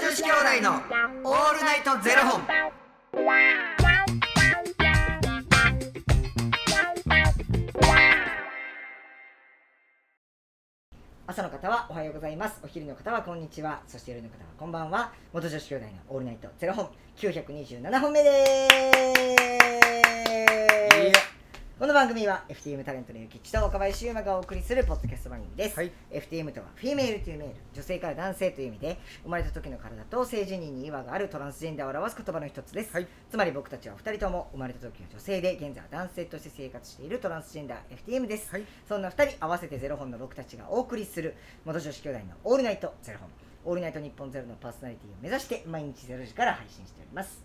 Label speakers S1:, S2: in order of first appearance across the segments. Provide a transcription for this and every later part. S1: 子兄弟のオールナイトゼロ本。
S2: 朝の方はおはようございますお昼の方はこんにちはそして夜の方はこんばんは元女子兄弟のオールナイトゼロ本927本目ですこの番組は FTM タレントのゆきちと岡林優馬がお送りするポッドキャスト番組です、
S1: はい
S2: FTM とはフィメールというメール女性から男性という意味で生まれた時の体と性自認に違和があるトランスジェンダーを表す言葉の一つです、
S1: はい
S2: つまり僕たちは2人とも生まれた時の女性で現在は男性として生活しているトランスジェンダー FTM です、
S1: はい
S2: そんな2人合わせてゼロ本の僕たちがお送りする元女子兄弟のオールナイトゼロ本オールナイト日本ゼロのパーソナリティを目指して毎日ゼロ時から配信しております、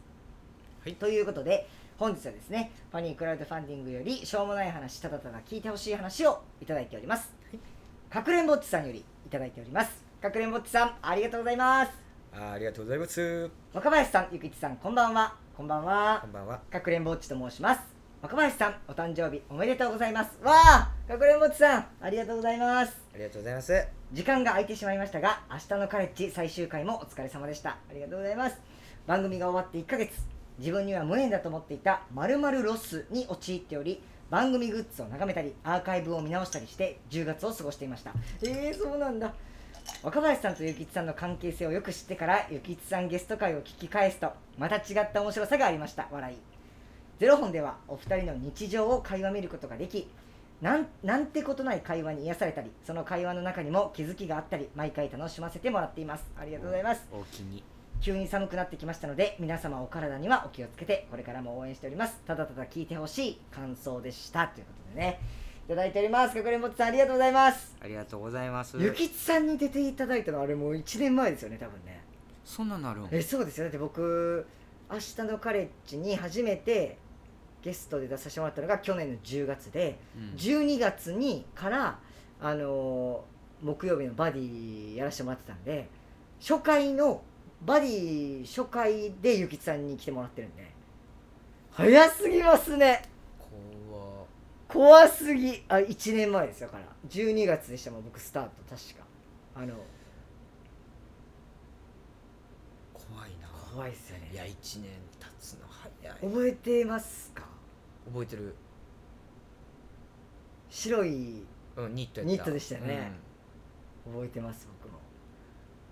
S1: はい
S2: ということで本日はですねファニークラウドファンディングよりしょうもない話ただただ聞いてほしい話をいただいております、かくれんぼっちさんよりいただいておりますかくれんぼっちさんありがとうございます
S1: あありがとうございます。
S2: 若林さんゆきちさんこんばんはこんばんは
S1: こんばんは。
S2: かくれんぼっちと申します若林さんお誕生日おめでとうございますわあかくれんぼっちさんありがとうございます
S1: ありがとうございます。
S2: 時間が空いてしまいましたが明日のカレッジ最終回もお疲れ様でしたありがとうございます番組が終わって1ヶ月自分には無縁だと思っていた〇〇ロスに陥っており番組グッズを眺めたりアーカイブを見直したりして10月を過ごしていましたえー、そうなんだ若林さんとゆきちさんの関係性をよく知ってからゆきちさんゲスト会を聞き返すとまた違った面白さがありました笑いゼロ本ではお二人の日常を会話見ることができなんなんてことない会話に癒されたりその会話の中にも気づきがあったり毎回楽しませてもらっていますありがとうございます
S1: おお気に。
S2: 急に寒くなってきましたので皆様お体にはお気をつけてこれからも応援しておりますただただ聞いてほしい感想でしたということでねいただいておりますかくれんぼっちさんありがとうございます
S1: ありがとうございます。
S2: ゆきちさんに出ていただいたのはあれもう1年前ですよね多分ね
S1: そんなんなるん。
S2: えそうですよだって僕明日のカレッジに初めてゲストで出させてもらったのが去年の10月で
S1: うん
S2: 12月にから、あのー木曜日のバディやらせてもらってたんで初回のバディ初回でゆきつさんに来てもらってるんで早すぎますね
S1: こ
S2: 怖すぎあ1年前ですよだから12月でしたもん僕スタート確かあの
S1: わ怖いな。
S2: 怖いですよ
S1: い
S2: ね
S1: や一年経つの早い。
S2: 覚えてますか
S1: 覚えてる。
S2: 白い
S1: うんニットやった。
S2: ニットでしたよね
S1: うん
S2: 覚えてます僕も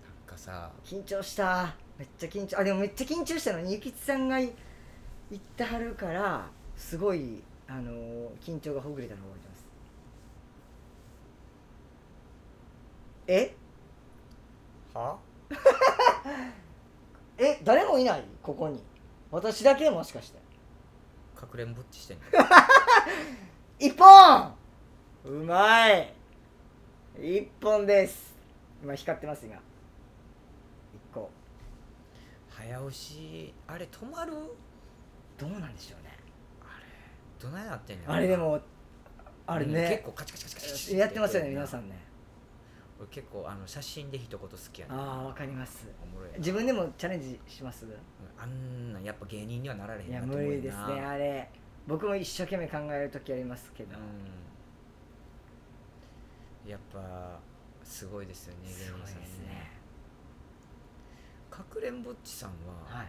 S1: なんかさ、
S2: 緊張しためっちゃ緊張あでもめっちゃ緊張したのにゆきつさんがい行ってはるからすごいあのー緊張がほぐれたのを覚えてますえ
S1: は？
S2: え誰もいないここに私だけもしかして
S1: かくれんぼっち してんの。
S2: 一本うまい一本です今光ってます今一個
S1: 早押しあれ止まる？
S2: どうなんでしょうね
S1: どないなってんの？
S2: あれでもあれ
S1: うん結
S2: ね、
S1: 構カチカチカチカチカチ
S2: やってますよね皆さ
S1: ん
S2: んね
S1: 俺結構あの写真で一言好きやねん
S2: ああわかります
S1: おもろいな
S2: 自分でもチャレンジします
S1: あんなんやっぱ芸人にはなられへん
S2: いや
S1: なと
S2: 無
S1: 思うよな
S2: 理ですねあれ僕も一生懸命考える時ありますけど、
S1: うんやっぱすごいですよね
S2: すごいです
S1: 芸人さん
S2: ね
S1: かくれんぼっちさんは、
S2: は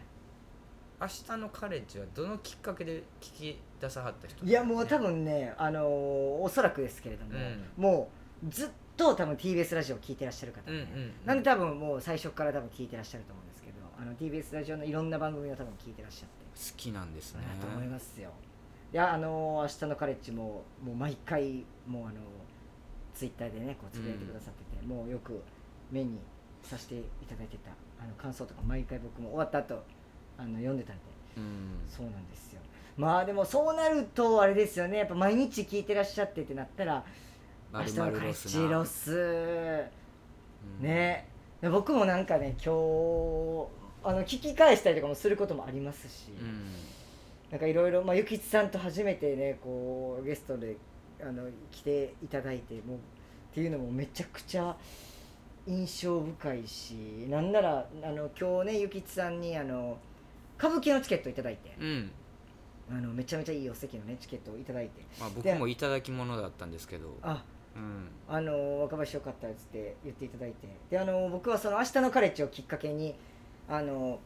S1: 明日のカレッジはどのきっかけで聞き出さはった人
S2: いいやもう多
S1: 分
S2: 分ねあのーおそらくですけれども、
S1: うん
S2: もうずっと多分 TBS ラジオを聞いてらっしゃる方
S1: う
S2: ね、
S1: んうん
S2: なんで多分もう最初から多分聞いてらっしゃると思うんですけどあの TBS ラジオのいろんな番組を多分聞いてらっしゃって
S1: 好きなんですね
S2: だと思いますよいやあの明日のカレッジももう毎回もうあのツイッターでねこうつぶやいてくださってて、もうよく目にさせていただいてたあの感想とか毎回僕も終わった後あの読んでたんで
S1: うん
S2: そうなんですよまあでもそうなるとあれですよねやっぱ毎日聞いてらっしゃってってなったら「明日のカレッジロス」
S1: うん
S2: ねで僕もなんかね今日あの聞き返したりとかもすることもありますし、
S1: うん
S2: なんかいろいろ、まあ、ゆきちさんと初めてねこうゲストであの来ていただいてもうっていうのもめちゃくちゃ印象深いしなんならあの今日ねゆきちさんにあの歌舞伎のチケットいただいて、
S1: うん
S2: あのめちゃめちゃいいお席のねチケットをいただいて
S1: まあ、僕
S2: で
S1: もいただき物だったんですけど
S2: あ
S1: うん
S2: あの若林よかったっつって言っていただいてであの僕はその「明日のカレッジ」をきっかけにあの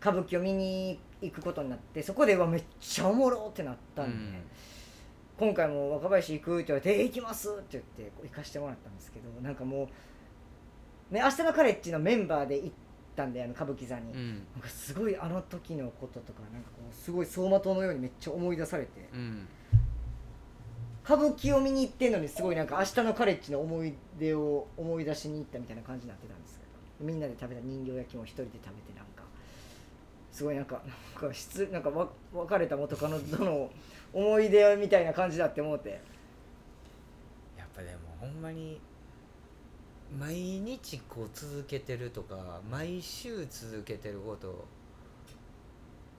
S2: 歌舞伎を見に行くことになってそこでうわめっちゃおもろってなったんで、今回も若林行くって言われて「え行きます!」って言ってこう行かしてもらったんですけどなんかもう、ね「明日のカレッジ」のメンバーで行ったんであの歌舞伎座に、
S1: うんうん
S2: なんかすごいあの時のこととかなんかこうすごい走馬灯のようにめっちゃ思い出されて
S1: うん
S2: 歌舞伎を見に行ってんのにすごいなんか明日のカレッジの思い出を思い出しに行ったみたいな感じになってたんですけどみんなで食べた人形焼きも一人で食べてなんかすごいなんかなんか失なんかわ別れた元カノとの思い出みたいな感じだって思って
S1: やっぱでもほんまに毎日こう続けてるとか毎週続けてること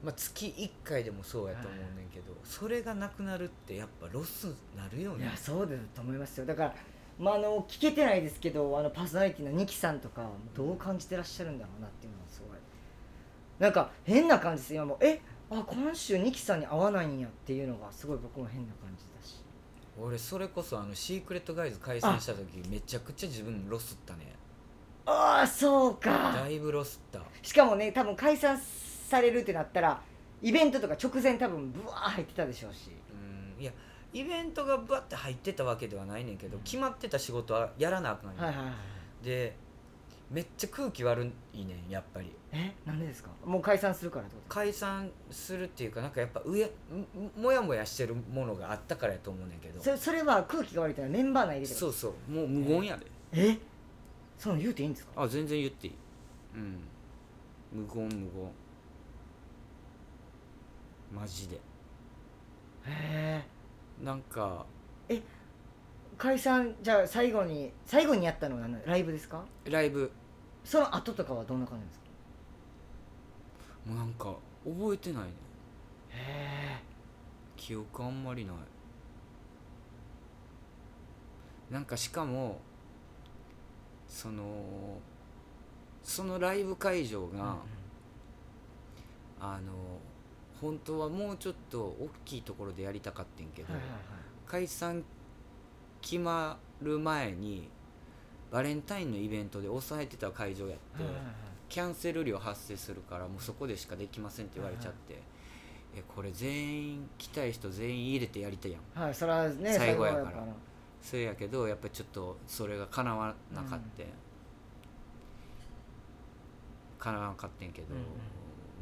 S1: まあ月1回でもそうやと思うねんけど、それがなくなるってやっぱロスなるよ
S2: い
S1: ね
S2: やそうだと思いますよだから、まあ、あの聞けてないですけどあのパーソナリティの二木さんとかどう感じてらっしゃるんだろうなっていうのはすごいなんか変な感じです今もえあ今週二木さんに会わないんやっていうのがすごい僕も変な感じだし
S1: 俺それこそあのシークレットガイズ解散した時めちゃくちゃ自分ロスったね
S2: ああそうか
S1: だいぶロスった
S2: しかもね多分解散されるってなったらイベントとか直前多分ブワー入ってたでしょうし
S1: うんいやイベントがバッて入ってたわけではないねんけど決まってた仕事はやらなあかんねん、
S2: はいはいはい
S1: でめっちゃ空気悪いねんやっぱり
S2: えなんでですかもう解散するからってこと
S1: 解散するっていうかなんかやっぱ上んもやもやしてるものがあったからやと思うねんけど
S2: それそれは空気が悪いってのはメンバー内でってこと
S1: そうそうもう無言やで
S2: えその言うていいんですか
S1: あ全然言っていいうん無言無言マジで
S2: へえ
S1: なんか
S2: 解散じゃあ最後に最後にやったのは何なのライブですか
S1: ライブ
S2: その後とかはどんな感じですか
S1: もうなんか覚えてないね
S2: へ
S1: 記憶あんまりないなんかしかもそのそのライブ会場が、あの本当はもうちょっと大きいところでやりたかってんけど、解散決まる前にバレンタインのイベントで抑えてた会場やって、キャンセル料発生するからもうそこでしかできませんって言われちゃって、えこれ全員来たい人全員入れてやりたいやん
S2: はいそれはね
S1: 最後やから
S2: 最後
S1: それやけどやっぱりちょっとそれが叶わなかって、叶わなかってんけど、
S2: うんうん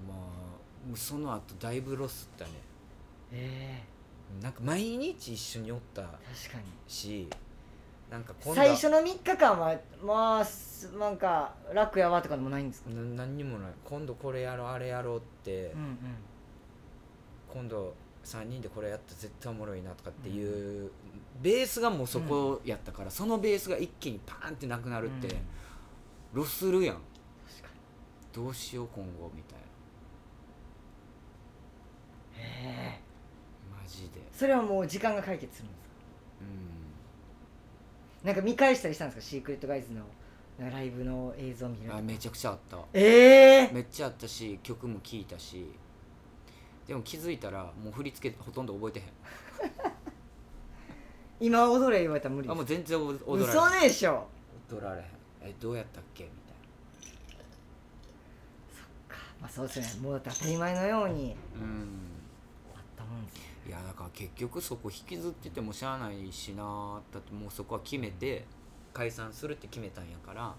S1: まあもうその後だいぶロスったね
S2: え
S1: なんか毎日一緒におった
S2: え確かに
S1: しなんか今度は
S2: 最初の3日間はまあすなんか楽やわとかでもないんですか、
S1: な何にもない今度これやろうあれやろうって、
S2: うんうん
S1: 今度3人でこれやったら絶対おもろいなとかっていう、ベースがもうそこやったから、そのベースが一気にパーンってなくなるって、
S2: うん確
S1: ロスるやん
S2: か
S1: どうしよう今後みたい
S2: にへえ
S1: なマジで
S2: それはもう時間が解決するんですか
S1: う
S2: なんか見返したりしたんですかシークレットガイズのなんかライブの映像見る
S1: んあめちゃくちゃあった
S2: ええ
S1: めっちゃあったし曲も聴いたしでも気づいたらもう振り付けほとんど覚えてへん
S2: 今踊れ言われたら無理
S1: あ
S2: です
S1: もう全然踊踊られへん
S2: 嘘でしょ
S1: 踊られへんえどうやったっけみたい
S2: まあそうですねもうだって当たり前のように
S1: なうん
S2: あったもんですね
S1: いやだから結局そこ引きずっててもしゃあないしなだってもうそこは決めて解散するって決めたんやから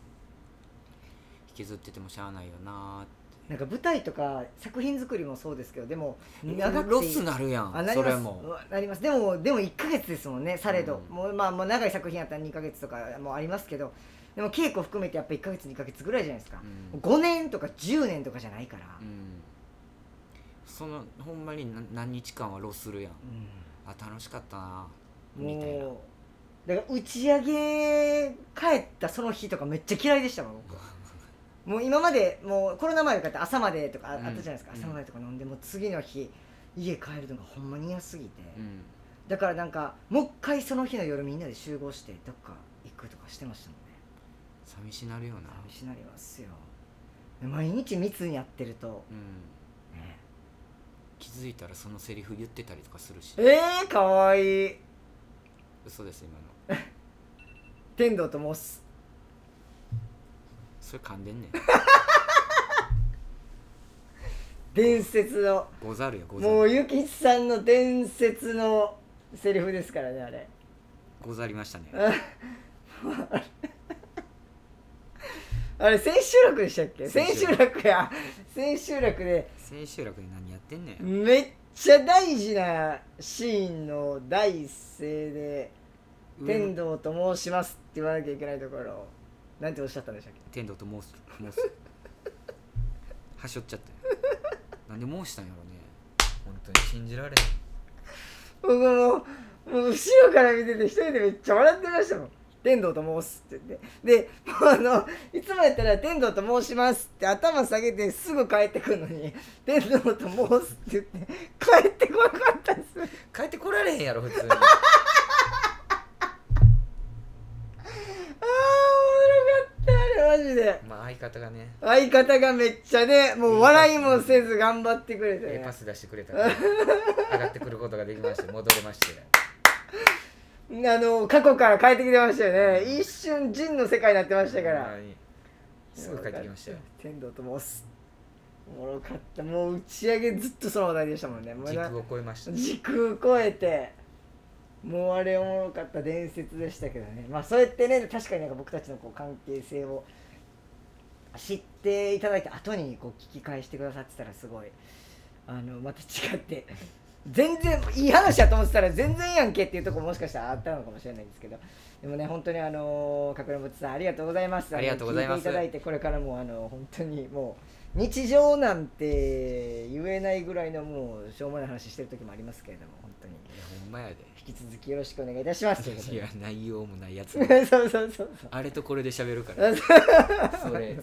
S1: 引きずっててもしゃあないよな
S2: なんか舞台とか作品作りもそうですけどでも
S1: ー
S2: 長
S1: っ
S2: く
S1: て
S2: て
S1: ロスなるや
S2: あ
S1: ん
S2: なり
S1: そ
S2: ます
S1: れも
S2: うなりますでもでも1か月ですもんねされど、
S1: うん
S2: もうまあもう長い作品やったら2か月とかもありますけどでも稽古含めてやっぱ1か月2か月ぐらいじゃないですか、
S1: うん
S2: 5年とか10年とかじゃないから、
S1: うんそのほんまに何何日間はロスするやんあ楽しかったな
S2: うん
S1: みたいな
S2: もうだから打ち上げ帰ったその日とかめっちゃ嫌いでしたもん僕もう今までもうコロナ前とかって朝までとかああ
S1: う
S2: っ
S1: ん
S2: たじゃないですか、
S1: うん
S2: 朝までとか飲んでもう次の日家帰るのがほんまに嫌すぎて、
S1: うん
S2: だからなんかもう一回その日の夜みんなで集合してどっか行くとかしてましたもんね
S1: 寂しなるよな
S2: 寂しなりますよで毎日密にやってると、
S1: うん
S2: ね、
S1: 気づいたらそのセリフ言ってたりとかするし
S2: えー、かわいい
S1: 嘘です今の
S2: 天童と申す
S1: それ噛んでんねん
S2: 伝説の
S1: ござるやござ
S2: もう
S1: る
S2: ゆきちさんの伝説のセリフですからねあれ
S1: ござりましたね
S2: あれ千秋楽でしたっけ千
S1: 千秋
S2: 秋
S1: 楽
S2: 楽や千秋楽で
S1: 千秋楽で何やってんねん
S2: めっちゃ大事なシーンの第一声で「
S1: 上
S2: 天
S1: の
S2: 童と申します」って言わなきゃいけないところなんておっしゃったんでしたっけ
S1: 天童と申す申すはしょっちゃったよなんで申したんやろね本当に信じられない
S2: 僕ももう後ろから見てて一人でめっちゃ笑ってましたもん「天童と申す」って言ってでもうあのいつもやったら「天童と申します」って頭下げてすぐ帰ってくるのに「天童と申す」って言って帰ってこなかったんです
S1: 帰ってこられへんやろ普通に
S2: あーおもろかったあれマジで
S1: まあ相方がね
S2: 相方がめっちゃねもう笑いもせず頑張ってくれて、
S1: ええ
S2: ね
S1: パ、ス出してくれたから上がってくることができまして戻れまして
S2: あの過去から帰ってきてましたよね一瞬陣の世界になってましたから、
S1: ほんまにすぐ帰ってきましたよ
S2: 天童と申すおもろかったもう打ち上げずっとその話題でしたもんねもう
S1: 時
S2: な
S1: 空を超えました
S2: 時空超えてもうあれおもろかった伝説でしたけどねまあそうやってね確かになんか僕たちのこう関係性を知っていただいた後にこう聞き返してくださってたらすごいあのまた違って全然いい話やと思ってたら全然やんけっていうとこもしかしたらあったのかもしれないんですけどでもね本当にあの隠れもちさんありがとうございますの
S1: ありがとうございます
S2: 聞ていただいてこれからもあの本当にもう日常なんて言えないぐらいのもうしょうもない話してる時もありますけれども本当に
S1: いやほんまやで
S2: 引き続きよろしくお願いいたしますということ
S1: い
S2: で
S1: や内容もないやつ
S2: そうそうそうそう
S1: あれとこれで喋る からそれ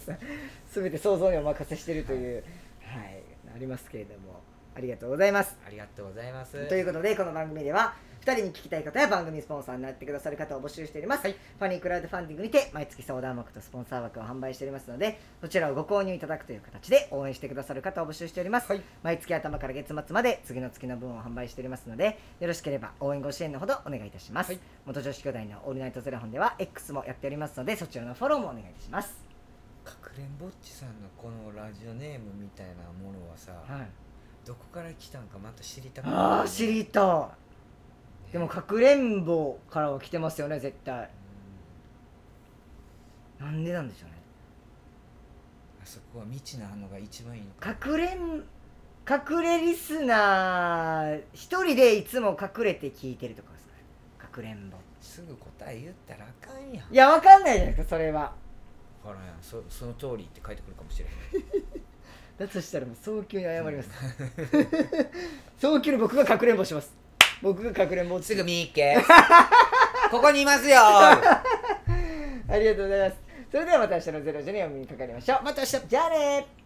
S2: 全て想像にお任せしてるという、はい、ありますけれどもありがとうございます
S1: ありがとうございます
S2: ということでこの番組では2人に聞きたい方や番組スポンサーになってくださる方を募集しております、ファニークラウドファンディングにて毎月相談枠とスポンサー枠を販売しておりますのでそちらをご購入いただくという形で応援してくださる方を募集しております、毎月頭から月末まで次の月の分を販売しておりますのでよろしければ応援ご支援のほどお願いいたします、
S1: はい
S2: 元女子兄弟のオールナイトゼロ本では X もやっておりますのでそちらのフォローもお願いいたします
S1: かくれんぼっちさんのこのラジオネームみたいなものはさ、
S2: はい
S1: どこから来たんかまた知りたくな
S2: ああ
S1: る
S2: 知りたいでもかくれんぼからは来てますよね絶対なんでなんでしょうね
S1: うんあそこは未知なのが一番いいのか
S2: 隠れん隠れリスナー一人でいつも隠れて聞いてるとかですかね隠れんぼ
S1: すぐ答え言ったらあかんやん
S2: いやわかんないじゃないですかそれは
S1: ほらやんそその通りって書いてくるかもしれへん
S2: だとしたらもう早急に謝ります早急に僕が隠れんぼします僕が隠れんぼ
S1: すぐ見っ けここにいますよ
S2: ありがとうございますそれではまた明日の『ゼロ時にお目にかかりましょうまた明日じゃあねー